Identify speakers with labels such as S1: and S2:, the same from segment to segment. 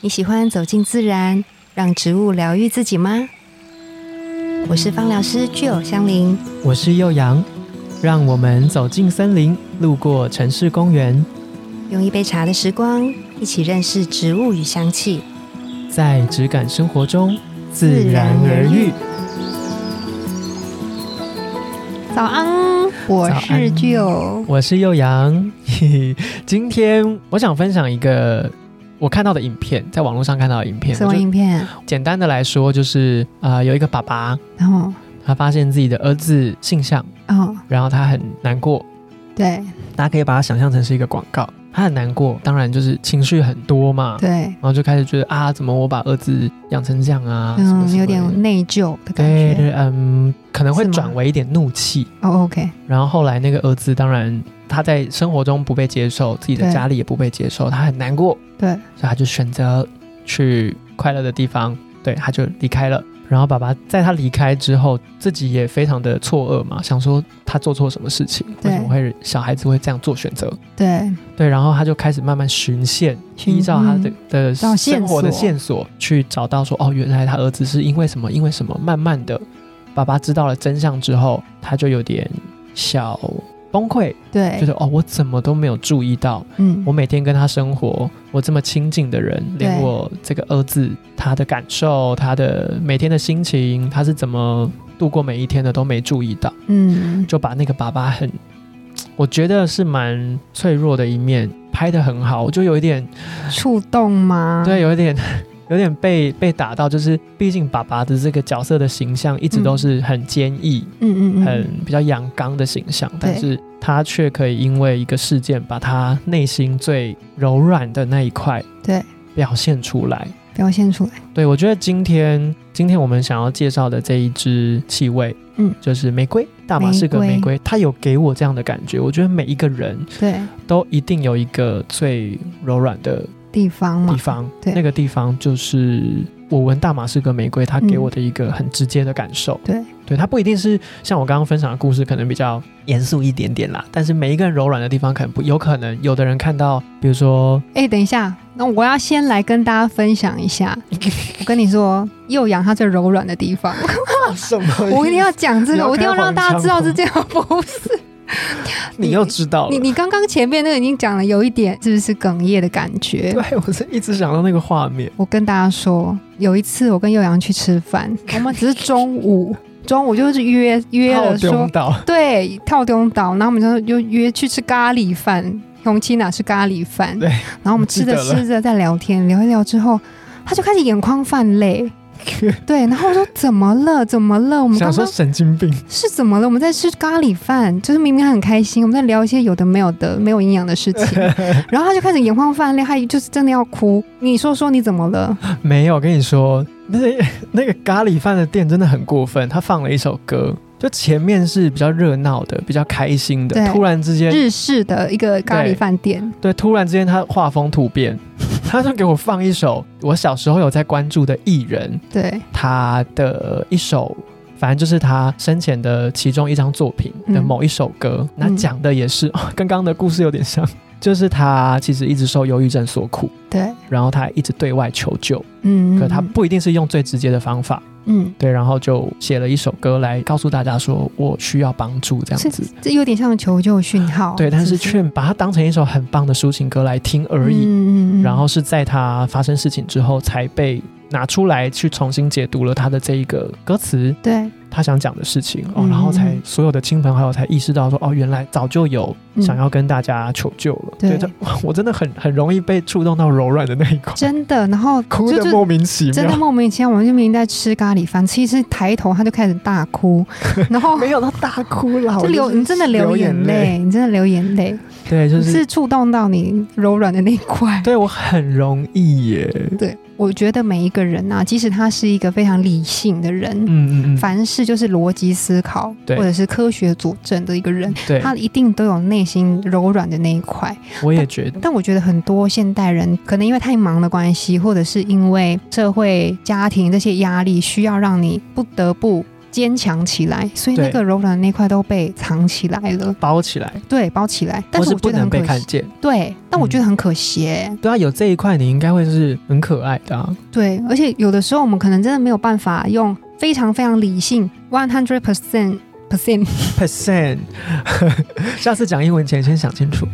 S1: 你喜欢走进自然，让植物疗愈自己吗？我是芳疗师具有香林，
S2: 我是幼阳，让我们走进森林，路过城市公园，
S1: 用一杯茶的时光，一起认识植物与香气。
S2: 在质感生活中自然而愈。
S1: 早安，我
S2: 早
S1: 是
S2: 安
S1: 具有，
S2: 我是幼阳， 嘿嘿今天我想分享一个我看到的影片，在网络上看到的影片。
S1: 什么
S2: 我就
S1: 影片？
S2: 简单的来说，就是啊、呃有一个爸爸，
S1: 然后，
S2: 他发现自己的儿子性向，
S1: 哦，
S2: 然后他很难过。
S1: 对
S2: 大家可以把它想象成是一个广告，他很难过，当然就是情绪很多嘛。
S1: 对，
S2: 然后就开始觉得啊，怎么我把儿子养成这样啊？什么
S1: 嗯，
S2: 什么
S1: 有
S2: 的
S1: 点内疚的感觉。
S2: 对对，嗯，可能会
S1: 是吗
S2: 转为一点怒气。
S1: 哦，OK，
S2: 然后后来那个儿子，当然他在生活中不被接受，自己的
S1: 对
S2: 家里也不被接受，他很难过，
S1: 对，
S2: 所以他就选择去快乐的地方，对，他就离开了。然后爸爸在他离开之后，自己也非常的错愕嘛，想说他做错什么事情，为
S1: 对
S2: 什么会小孩子会这样做选择？
S1: 对，
S2: 对，然后他就开始慢慢循线，
S1: 循
S2: 依照他的
S1: 嗯
S2: 的
S1: 找线
S2: 生活的
S1: 索
S2: 线索去找到说，哦，原来他儿子是因为什么，因为什么，慢慢的，爸爸知道了真相之后，他就有点小崩溃，就
S1: 嗯对
S2: 是，哦，我怎么都没有注意到，
S1: 哎嗯
S2: 我，每天跟他生活，我这么亲近的人，连
S1: 对
S2: 我这个儿子他的感受，他的每天的心情，他是怎么度过每一天的都没注意到。
S1: 嗯，
S2: 就把那个爸爸很，我觉得是蛮脆弱的一面拍得很好，我就有一点，
S1: 触动吗？
S2: 对，有一点， 有点被被打到，就是毕竟爸爸的这个角色的形象一直都是很坚毅、
S1: 嗯嗯，嗯嗯嗯，
S2: 很比较阳刚的形象，但
S1: 对
S2: 是他却可以因为一个事件，把他内心最柔软的那一块，
S1: 对，
S2: 表现出来。
S1: 表现出来。
S2: 对，我觉得今天今天我们想要介绍的这一支气味，
S1: 嗯，
S2: 就是玫瑰，大马士革
S1: 玫瑰
S2: 玫瑰，它有给我这样的感觉。我觉得每一个人
S1: 对，
S2: 都一定有一个最柔软的
S1: 地方嘛
S2: 地，方，
S1: 对
S2: 那个地方就是我闻大马士革玫瑰，它给
S1: 嗯
S2: 我的一个很直接的感受。
S1: 对，
S2: 对，它不一定是像我刚刚分享的故事，可能比较严肃一点点啦。但是每一个人柔软的地方，可能不有可能，有的人看到，比如说，
S1: 哎、等一下，那我要先来跟大家分享一下。我跟你说，幼阳它最柔软的地 方，
S2: 什么？
S1: 我一定要讲这
S2: 你
S1: 个，
S2: 要
S1: 我一定要
S2: 开
S1: 让
S2: 黄
S1: 大家
S2: 腔
S1: 知道
S2: 吗
S1: 是这 样，不是？
S2: 你又知道了
S1: 你。你刚刚前面那个已经讲了，有一点是不是哽咽的感觉？
S2: 对，我是一直想到那个画面。
S1: 我跟大家说，有一次我跟幼阳去吃 饭，我们只是中午，中午就是约约
S2: 好
S1: 了说
S2: 中， 岛，
S1: 对，跳东岛，然后我们就就约去吃咖喱饭，永琪哪吃咖喱饭，
S2: 对
S1: 然后我们吃着
S2: 我记得了
S1: 吃着在聊天，聊一聊之后，他就开始眼眶泛泪，对，然后我说怎么了？怎么了？我们
S2: 想
S1: 刚
S2: 说
S1: 刚
S2: 神经病，
S1: 是怎么了？我们在吃咖喱饭，就是明明很开心，我们在聊一些有的没有的、没有营养的事 情，然后他就开始眼眶泛泪，他就是真的要哭。你说说你怎么了？
S2: 没有。我跟你说，那 那个咖喱饭的店真的很过分，他放了一首歌，就前面是比较热闹的、比较开心的
S1: 对，嗯
S2: 突然之间，
S1: 日式的一个咖喱
S2: 对
S1: 饭店，
S2: 对，突然之间他画风突变， 他就给我放一首我小时候有在关注的艺人，
S1: 对
S2: 他的一首。反正就是他生前的其中一张作品的
S1: 嗯
S2: 某一首歌，那
S1: 嗯
S2: 讲的也是、 哦跟刚刚的故事有点像， 就是他其实一直受忧郁症所苦，
S1: 对，
S2: 然后他一直对外求救，
S1: 嗯，
S2: 可他不一定是用最直接的方法，
S1: 嗯。
S2: 对，然后就写了一首歌来告诉大家说我需要帮助这样
S1: 这
S2: 子，
S1: 这有点像求救讯号，
S2: 对，但是
S1: 不
S2: 却把它当成一首很棒的抒情歌来听而
S1: 嗯
S2: 已。
S1: 嗯嗯
S2: 然后是在他发生事情之后才被拿出来去重新解读了他的这一个歌词，
S1: 对
S2: 他想讲的事情哦，
S1: 嗯
S2: 然后才
S1: 嗯
S2: 所有的亲朋好友才意识到说哦，原来早就有
S1: 嗯
S2: 想要跟大家求救了。
S1: 对
S2: 这 哇我真的很很容易被触动到柔软的那一块，
S1: 真的，然后
S2: 哭的
S1: 就
S2: 莫名其
S1: 真的
S2: 妙。
S1: 莫名其妙，我们就明明在吃咖喱饭，吃一吃抬头他就开始大哭，然后
S2: 没有到大哭了，
S1: 就
S2: 我
S1: 流
S2: 哦就是
S1: 你真的流眼泪，，你真的流眼泪，
S2: 对，就
S1: 你
S2: 是
S1: 是触动到你柔软的那一块。
S2: 对我很容易耶，
S1: 对，我觉得每一个人啊，即使他是一个非常理性的人，
S2: 嗯嗯嗯，
S1: 凡事就是逻辑思考或
S2: 对
S1: 者是科学佐证的一个人，
S2: 对，
S1: 他一定都有内心柔软的那一块。
S2: 我也觉得，
S1: 但我觉得很多现代人可能因为太忙的关系，或者是因为社会、家庭这些压力，需要让你不得不坚强起来，所以
S2: 对
S1: 那个柔软的那块都被藏起来了，
S2: 包起来，
S1: 对，包起来。但
S2: 或
S1: 是
S2: 是
S1: 我觉
S2: 不
S1: 得很
S2: 能被
S1: 可
S2: 看
S1: 惜，
S2: 见。
S1: 对，但我
S2: 嗯
S1: 觉得很可惜、欸。
S2: 对啊，有这一块你应该会是很可爱 的啊。
S1: 对，而且有的时候我们可能真的没有办法用非常非常理性 one hundred percent percent
S2: percent，下次讲英文前先想清楚。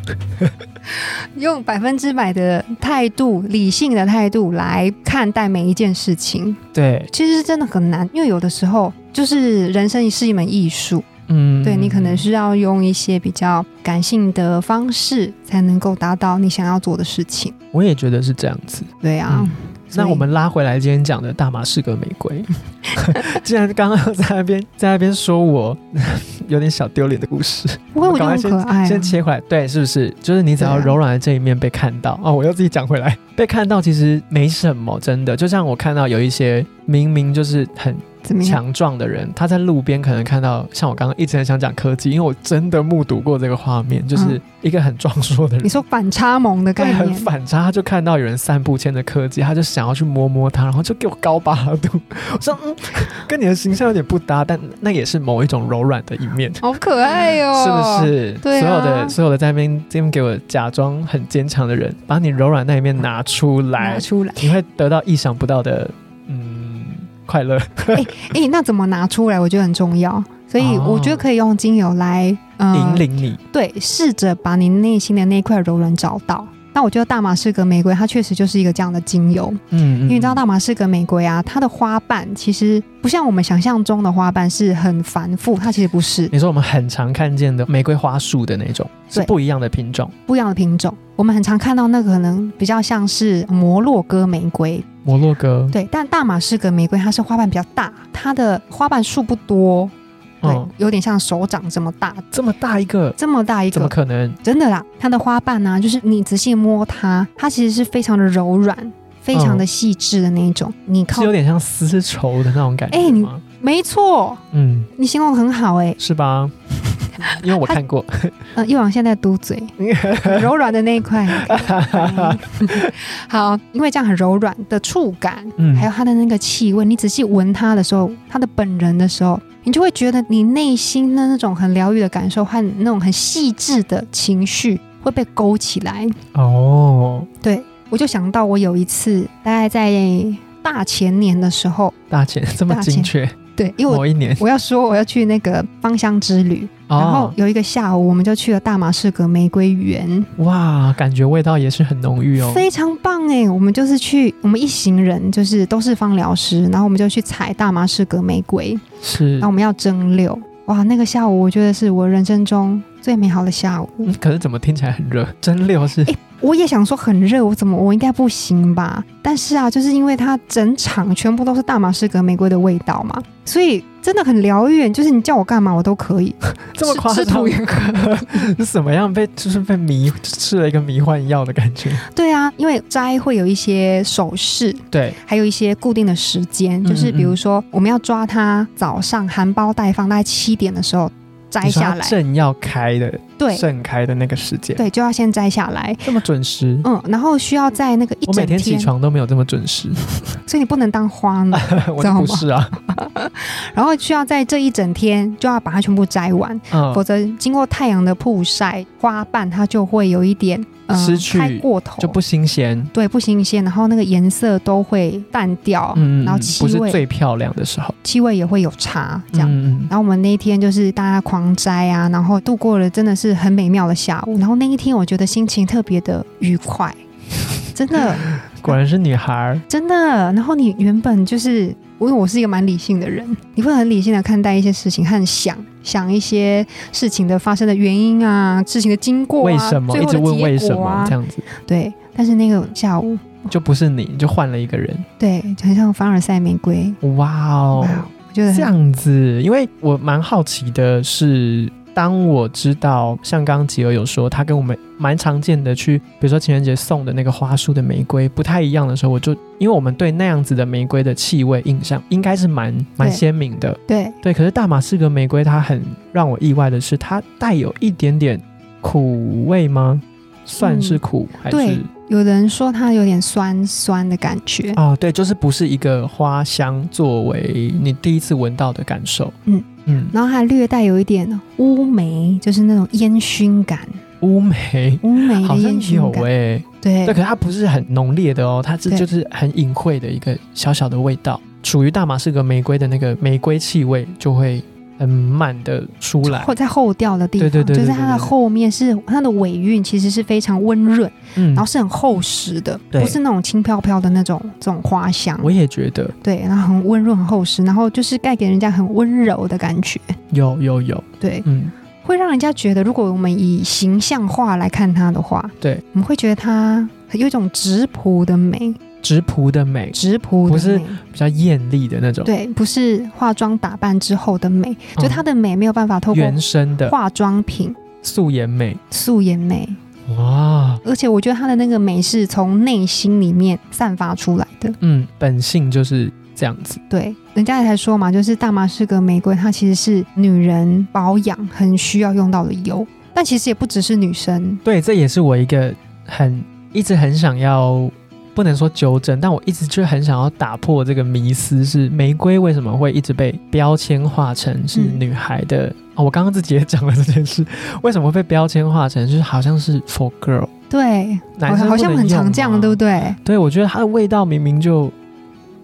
S1: 用百分之百的态度、理性的态度来看待每一件事情，
S2: 对，
S1: 其实真的很难，因为有的时候就是人生是一门艺术，
S2: 嗯，
S1: 对你可能是要用一些比较感性的方式才能够达到你想要做的事情。
S2: 我也觉得是这样子。
S1: 对啊，
S2: 嗯
S1: 所以
S2: 那我们拉回来今天讲的大马士革玫 瑰， 既然刚刚在那边在那边说我 有点小丢脸的故事，
S1: 不会，我觉得
S2: 赶快
S1: 很可爱、啊。
S2: 先切回来，对，是不是？就是你只要
S1: 对啊
S2: 柔软的这一面被看到，哦，我又自己讲回来，被看到其实没什么，真的。就像我看到有一些明明就是很
S1: 怎么样？
S2: 强壮的人，他在路边可能看到，像我刚刚一直很想讲科技，因为我真的目睹过这个画面，就是
S1: 嗯
S2: 一个很壮硕的 人
S1: 你，说反差萌的
S2: 对，
S1: 概
S2: 嗯很
S1: 念，
S2: 反差，他就看到有人散步牵着科技，他就想要去摸摸它，然后就给我高八度， 我说嗯，跟你的形象有点不搭，但那也是某一种柔软的一面。
S1: 好可爱哦、
S2: 是不？是？
S1: 对啊
S2: 所有的所有的在那边这边给我假装很坚强的人，把你柔软那一面拿出来
S1: 拿，出来。
S2: 你会得到意想不到的嗯快乐。
S1: 诶，那怎么拿出来？我觉得很重要，所以
S2: 哦
S1: 我觉得可以用精油来，呃
S2: 引领你。
S1: 对，试着把你内心的那一块柔软找到。那我觉得大马士革玫瑰，它确实就是一个这样的精油，
S2: 嗯，
S1: 因为你知道大马士革玫瑰啊，它的花瓣其实不像我们想象中的花瓣是很繁复，它其实不是
S2: 你说我们很常看见的玫瑰花束的那种是
S1: 对
S2: 不一样的品种，
S1: 不一样的品种。我们很常看到那个可能比较像是摩洛哥玫瑰，
S2: 摩洛哥，
S1: 对，但大马士革玫瑰它是花瓣比较大，它的花瓣数不多，对，
S2: 嗯，
S1: 有点像手掌这么大，
S2: 这么大一个，
S1: 这么大一
S2: 怎
S1: 个
S2: 么，可能？
S1: 真的啦，它的花瓣呢、啊就是你仔细摸它，它其实是非常的柔软、非常的细致的那一种。你靠
S2: 哦是有，点像丝绸的那种感觉
S1: 哎你
S2: 吗？
S1: 没错，
S2: 嗯，
S1: 你形容得很好哎、
S2: 是吧？因为我看过，
S1: 呃，又往现在嘟 嘴，柔软的那一块。OK，好，因为这样很柔软的触感，
S2: 嗯，
S1: 还有它的那个气味，你仔细闻它的时候，它的本人的时候，你就会觉得你内心的那种很疗愈的感受和那种很细致的情绪会被勾起来。
S2: 哦，
S1: 对，我就想到我有一次大概在大前年的时候，
S2: 大钱这么
S1: 大钱
S2: 精确，
S1: 对，因为我
S2: 某一年，
S1: 我要说我要去那个芳香之旅，然后
S2: 哦哦，
S1: 有一个下午我们就去了大马士革玫瑰园，
S2: 哇，感觉味道也是很浓郁哦。
S1: 非常棒哎！我们就是去，我们一行人就是都是芳疗师，然后我们就去采大马士革玫瑰，
S2: 是
S1: 然后，我们要蒸馏。哇，那个下午我觉得是我人生中最美好的下午。
S2: 嗯可是怎么听起来很热？蒸馏是
S1: 哎我也想说很热，我怎么我应该不行吧？但是啊，就是因为它整场全部都是大马士革玫瑰的味道嘛，所以真的很疗愈。就是你叫我干嘛我都可以，
S2: 这么
S1: 吃
S2: 夸
S1: 吃
S2: 张
S1: 土，也可以。
S2: 是怎么样被就是被迷吃了一个迷幻药的感觉？
S1: 对啊，因为摘会有一些手势，
S2: 对，
S1: 还有一些固定的时间，
S2: 嗯
S1: 就是比
S2: 嗯
S1: 如
S2: 嗯
S1: 说我们要抓它早上含苞待放，大概七点的时候摘
S2: 你说
S1: 下
S2: 它
S1: 来，
S2: 正要开的
S1: 对
S2: 盛开的那个时间，
S1: 对，就要先摘下来。
S2: 这么准时。
S1: 嗯，然后需要在那个一
S2: 我
S1: 整
S2: 每天起床都没有这么准 时，
S1: 所以你不能当花 呢。
S2: 我
S1: 知
S2: 就
S1: 道
S2: 不
S1: 吗
S2: 是啊，
S1: 然后需要在这一整天就要把它全部摘完，否
S2: 嗯，
S1: 则经过太阳的曝晒，花瓣它就会有一点、
S2: 失去
S1: 开过头，
S2: 就不新鲜，
S1: 对不新鲜，然后那个颜色都会淡掉，
S2: 嗯，
S1: 哦然后
S2: 嗯
S1: 气
S2: 不是
S1: 味
S2: 最漂亮的时候，
S1: 气味也会有差，这样。
S2: 嗯，嗯
S1: 然后我们那一天就是大家狂摘啊，然后度过了真的是很美妙的下午。然后那一天我觉得心情特别的愉快，真的
S2: 嗯果然是女孩儿，
S1: 真的。然后你原本就是，因为我是一个蛮理性的人，你会很理性的看待一些事情，和想想一些事情的发生的原因啊，事情的经过啊，
S2: 为什么
S1: 最
S2: 一
S1: 后
S2: 直
S1: 的
S2: 问为
S1: 结
S2: 什
S1: 果
S2: 么
S1: 啊
S2: 这？样子，
S1: 对，但是那个下午，
S2: 就不是你，你就换了一个人，
S1: 对，很像凡尔赛玫瑰，
S2: 哇哦
S1: 哇，我觉得
S2: 这
S1: 很
S2: 样子，因为我蛮好奇的是，当我知道像刚刚吉儿有说，他跟我们蛮常见的去，比如说情人节送的那个花束的玫瑰不太一样的时候，我就因为我们对那样子的玫瑰的气味印象应该是蛮蛮
S1: 对
S2: 鲜明的，
S1: 对，
S2: 对。可是大马士革玫瑰它很让我意外的是，它带有一点点苦味吗？算是苦、还
S1: 嗯对
S2: 是
S1: 有人说它有点酸酸的感觉，
S2: 哦，对，就是不是一个花香作为你第一次闻到的感受。
S1: 嗯
S2: 嗯，
S1: 然后还略带有一点乌梅，就是那种烟熏感，
S2: 乌梅
S1: 乌梅的
S2: 好像
S1: 烟熏
S2: 有欸
S1: 感。
S2: 诶、
S1: 对
S2: 对，可是它不是很浓烈的哦，它是
S1: 对
S2: 就是很隐晦的一个小小的味道，属于大马士革玫瑰的那个玫瑰气味就会很慢的出来。
S1: 后在后调的地
S2: 对
S1: 方，
S2: 对对对
S1: 就是它
S2: 对对
S1: 的
S2: 对
S1: 后面是它的尾韵，其实是非常温润，
S2: 嗯
S1: 然后是很厚实的，
S2: 对
S1: 不是那种轻飘飘的那种这种花香
S2: 我。也觉得
S1: 对，然后很温润、很厚实，然后就是带给人家很温柔的感觉。
S2: 有有有，
S1: 对，
S2: 嗯，
S1: 会让人家觉得，如果我们以形象化来看它的话，
S2: 对，
S1: 我们会觉得它有一种直朴的美，
S2: 直朴的美，
S1: 直朴的美
S2: 不是比较艳丽的那种，
S1: 对，不是化妆打扮之后的美，
S2: 嗯
S1: 就它的美没有办法透过
S2: 原生的
S1: 化妆品、
S2: 素颜美。
S1: 素颜美，
S2: 哇，
S1: 而且我觉得它的那个美是从内心里面散发出来的。
S2: 嗯，本性就是这样子。
S1: 对，人家才说嘛，就是大麻是个玫瑰，它其实是女人保养很需要用到的油，但其实也不只是女生。
S2: 对，这也是我一个很一直很想要，不能说纠正，但我一直就很想要打破这个迷思，是玫瑰为什么会一直被标签化成是
S1: 嗯
S2: 女孩的？哦、我刚刚自己也讲了这件事，为什么会被标签化成就是好像是 for girl
S1: 对，
S2: 男
S1: 好
S2: 生
S1: 像好像很
S2: 啊
S1: 常这样，对不
S2: 对？
S1: 对？
S2: 对，我觉得它的味道明明就，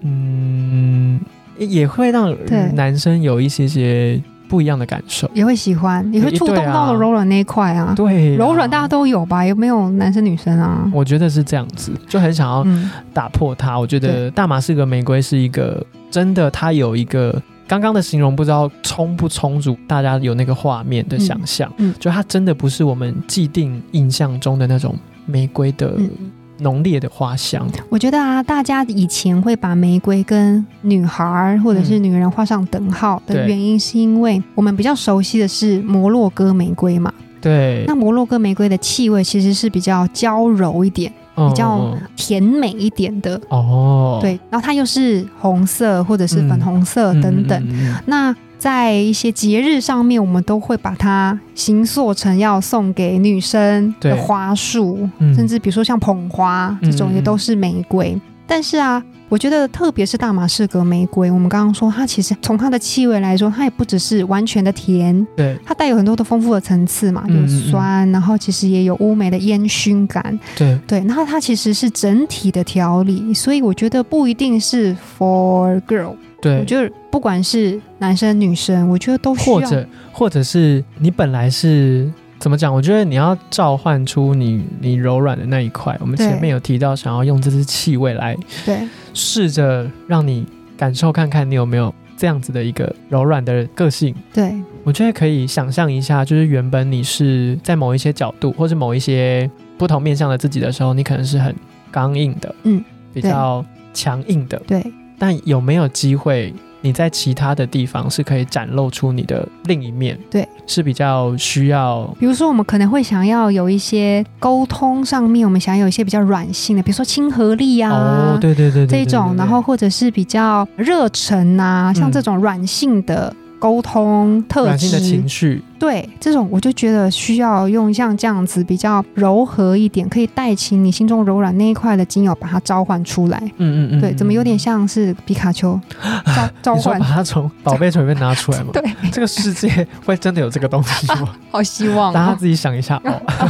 S2: 嗯，也会让
S1: 对
S2: 男生有一些些不一样的感受。
S1: 也会喜欢，也会触动
S2: 对啊
S1: 到了柔软那一块啊。
S2: 对啊、
S1: 柔软大家都有吧？有没有男生女生啊？
S2: 我觉得是这样子，就很想要
S1: 嗯，
S2: 打破它。我觉得
S1: 对
S2: 大马士革玫瑰是一个真的，它有一个刚刚的形容，不知道充不充足，大家有那个画面的想象。
S1: 嗯嗯
S2: 就它真的不是我们既定印象中的那种玫瑰的
S1: 嗯
S2: 浓烈的花香。
S1: 我觉得啊，大家以前会把玫瑰跟女孩儿或者是女人画上等号
S2: 嗯对
S1: 的原因，是因为我们比较熟悉的是摩洛哥玫瑰嘛。
S2: 对，
S1: 那摩洛哥玫瑰的气味其实是比较娇柔一点、
S2: 那
S1: 比较甜美一点的，
S2: 哦，
S1: 对。然后它又是红色或者是粉红色
S2: 嗯，
S1: 等等。
S2: 嗯嗯嗯
S1: 那在一些节日上面，我们都会把它形塑成要送给女生
S2: 对
S1: 的花束，
S2: 嗯
S1: 甚至比如说像捧花
S2: 嗯
S1: 这种也都是玫瑰。但是啊，我觉得特别是大马士革玫瑰，我们刚刚说它其实从它的气味来说，它也不只是完全的甜，
S2: 对
S1: 它带有很多的丰富的层次嘛，
S2: 嗯
S1: 有酸，然后其实也有乌梅的烟熏感，
S2: 对
S1: 对，然后它其实是整体的调理，所以我觉得不一定是 for girl。我
S2: 对，
S1: 觉得不管是男生女生，我觉得都需要
S2: 或者或者是你本来是怎么讲？我觉得你要召唤出你你柔软的那一块。我们
S1: 对
S2: 前面有提到，想要用这支气味来
S1: 对
S2: 试着让你感受看看，你有没有这样子的一个柔软的个性。
S1: 对
S2: 我觉得可以想象一下，就是原本你是在某一些角度，或是某一些不同面向的自己的时候，你可能是很刚硬的，
S1: 嗯，
S2: 比较强硬的。
S1: 对
S2: 但有没有机会你在其他的地方是可以展露出你的另一面？
S1: 对，
S2: 是比较需要哦
S1: 比如说我们可能会想要有一些沟通上面，我们想要有一些比较软性的，比如说亲和力啊，
S2: 哦，对对对对对
S1: 这种，
S2: 对
S1: 然后或者是比较热忱啊，像
S2: 嗯
S1: 这种软性的。沟通特
S2: 软性的
S1: 质
S2: 情，绪，
S1: 对这种我就觉得需要用像这样子比较柔和一点，可以带起你心中柔软那一块的精油，把它召唤出来。
S2: 嗯嗯嗯，
S1: 对，怎么有点
S2: 嗯
S1: 像是皮卡 丘召召
S2: 你说
S1: 唤
S2: 把？它从宝贝从里面拿出来吗？
S1: 对，
S2: 这个 世界会真的有这个东西吗？
S1: 好希望、
S2: 大家
S1: 哦，
S2: 自己想一下哦。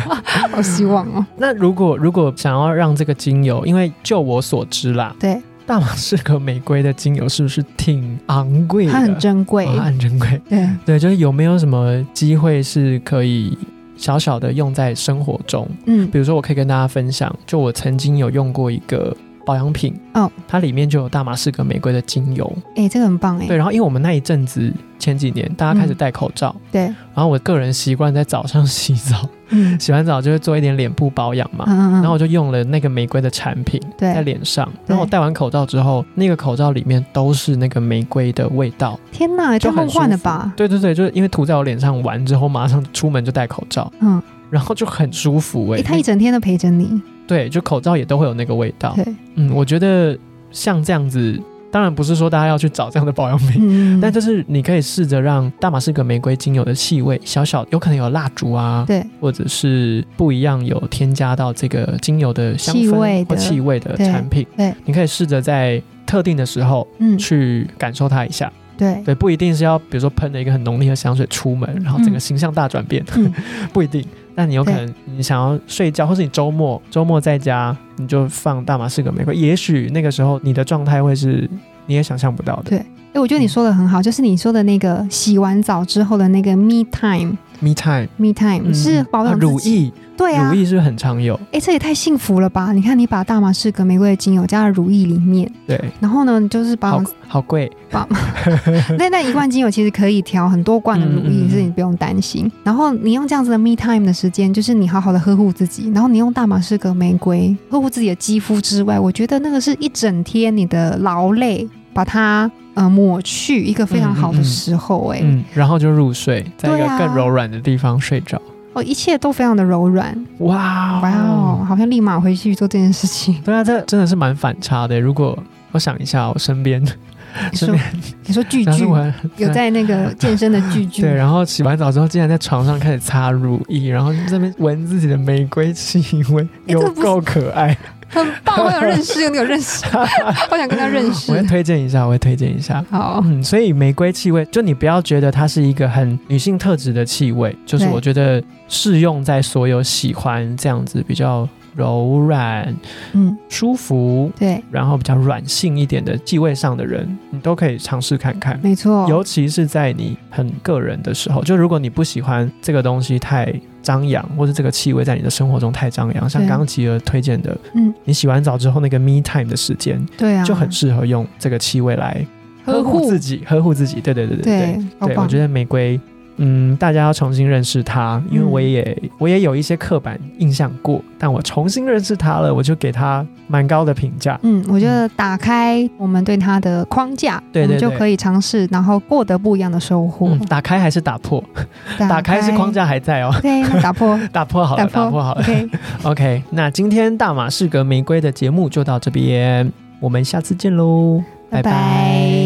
S1: 好希望哦。
S2: 那如果如果想要让这个精油，因为就我所知啦，
S1: 对，
S2: 大马士革玫瑰的精油是不是挺昂贵的？
S1: 它很珍贵。
S2: 哦它很珍贵。
S1: 对，
S2: 对，就是有没有什么机会是可以小小的用在生活中？
S1: 嗯
S2: 比如说，我可以跟大家分享，就我曾经有用过一个保养品，
S1: 哦，
S2: 它里面就有大马士革玫瑰的精油。
S1: 哎、这个很棒哎、
S2: 对，然后因为我们那一阵子前几年大家开始戴口罩，
S1: 对，
S2: 然后我个人习惯在早上洗澡，
S1: 嗯
S2: 洗完澡就会做一点脸部保养嘛
S1: 嗯。嗯，
S2: 啊然后我就用了那个玫瑰的产品
S1: 对
S2: 在脸上，然后我戴完口罩之后，那个口罩里面都是那个玫瑰的味道，
S1: 天哪，
S2: 就
S1: 太
S2: 很
S1: 梦
S2: 舒
S1: 幻了
S2: 服
S1: 吧？
S2: 对对对，就是因为涂在我脸上完之后，马上出门就戴口罩，
S1: 嗯，
S2: 然后就很舒服哎、
S1: 哎、他一整天都陪着你。
S2: 对，就口罩也都会有那个味道。
S1: 对，
S2: 嗯，我觉得像这样子当然不是说大家要去找这样的保养品，
S1: 嗯，
S2: 但就是你可以试着让大马士革玫瑰精油的气味小小，有可能有蜡烛啊，
S1: 对
S2: 或者是不一样有添加到这个精油的香
S1: 气
S2: 氛
S1: 味
S2: 或
S1: 的
S2: 气味的
S1: 对
S2: 产品，
S1: 对
S2: 你可以试着在特定的时候
S1: 嗯
S2: 去感受它一下。
S1: 对
S2: 对，不一定是要比如说喷了一个很浓烈的香水出门，然后整个
S1: 嗯
S2: 形象大转变，
S1: 嗯
S2: 不一定。但你有可能你想要睡觉，或是你周末周末在家，你就放大马士革玫瑰，也许那个时候你的状态会是你也想象不到的
S1: 对。哎、我觉得你说的很好，就是你说的那个洗完澡之后的那个 me time。
S2: Me time
S1: me time、
S2: 嗯
S1: 是保
S2: 啊
S1: 养自
S2: 乳
S1: 己，
S2: 液，
S1: 对啊
S2: 乳，液是不是很常有？
S1: 哎、这也太幸福了吧！你看，你把大马士革玫瑰的精油加到乳液里面，
S2: 对，
S1: 然后呢，你就是把
S2: 好好贵，
S1: 那那一罐精油其实可以调很多罐的乳
S2: 嗯嗯
S1: 液，
S2: 嗯
S1: 是你不用担心。然后你用这样子的 me time 的时间，就是你好好的呵护自己，然后你用大马士革玫瑰呵护自己的肌肤之外，我觉得那个是一整天你的劳累把它呃抹去，一个非常好的时候、哎、
S2: 嗯，然后就入睡，在一
S1: 对
S2: 个
S1: 啊
S2: 更柔软的地方睡着。
S1: 哦，一切都非常的柔软，
S2: 哇
S1: 哇哦，，好像立马回去做这件事情。
S2: 对啊，这真的是蛮反差的。如果我想一下，我身边
S1: 你
S2: 身
S1: 说
S2: 边，
S1: 你说聚
S2: 假
S1: 聚
S2: 设我
S1: 有在那个健身的聚聚，
S2: 对，然后洗完澡之后，竟然在床上开始擦乳液，然后在那边闻自己的玫瑰气 味，
S1: 哎这
S2: 有
S1: 个不是
S2: 够可 爱。
S1: 很棒，我有认识，你有认识，好想跟他认
S2: 我会
S1: 识。
S2: 推荐一下，我会推荐一下。
S1: 好，
S2: 嗯，所以玫瑰气味，就你不要觉得它是一个很女性特质的气味，就是
S1: 对
S2: 我觉得适用在所有喜欢这样子比较柔软、
S1: 嗯，
S2: 舒服，
S1: 对，
S2: 然后比较软性一点的气味上的人，你都可以尝试看看。
S1: 没错，
S2: 尤其是在你很个人的时候，就如果你不喜欢这个东西太张扬，或者这个气味在你的生活中太张扬，像
S1: 对
S2: 刚刚吉儿推荐的，
S1: 嗯，
S2: 你洗完澡之后那个 me time 的时间，
S1: 对啊，
S2: 就很适合用这个气味来
S1: 呵
S2: 护
S1: 护
S2: 自己，呵护自己。对对对对
S1: 对，好
S2: 对，我
S1: 棒，
S2: 觉
S1: 得
S2: 得玫瑰。嗯，大家要重新认识它，因为我也、
S1: 嗯
S2: 我也有一些刻板印象过，但我重新认识它了，我就给它蛮高的评价。
S1: 嗯，我觉得打开我们对它的框架，
S2: 对对
S1: 我们
S2: 对
S1: 就可以尝试，然后获得不一样的收获。
S2: 嗯，打开还是打破？打
S1: 打
S2: 开是框，架还在哦，
S1: 对，那打破，
S2: 打破好了，打破好了。
S1: ，OK，
S2: OK，那今天大马士革玫瑰的节目就到这边，我们下次见喽，
S1: 拜
S2: 拜
S1: 拜。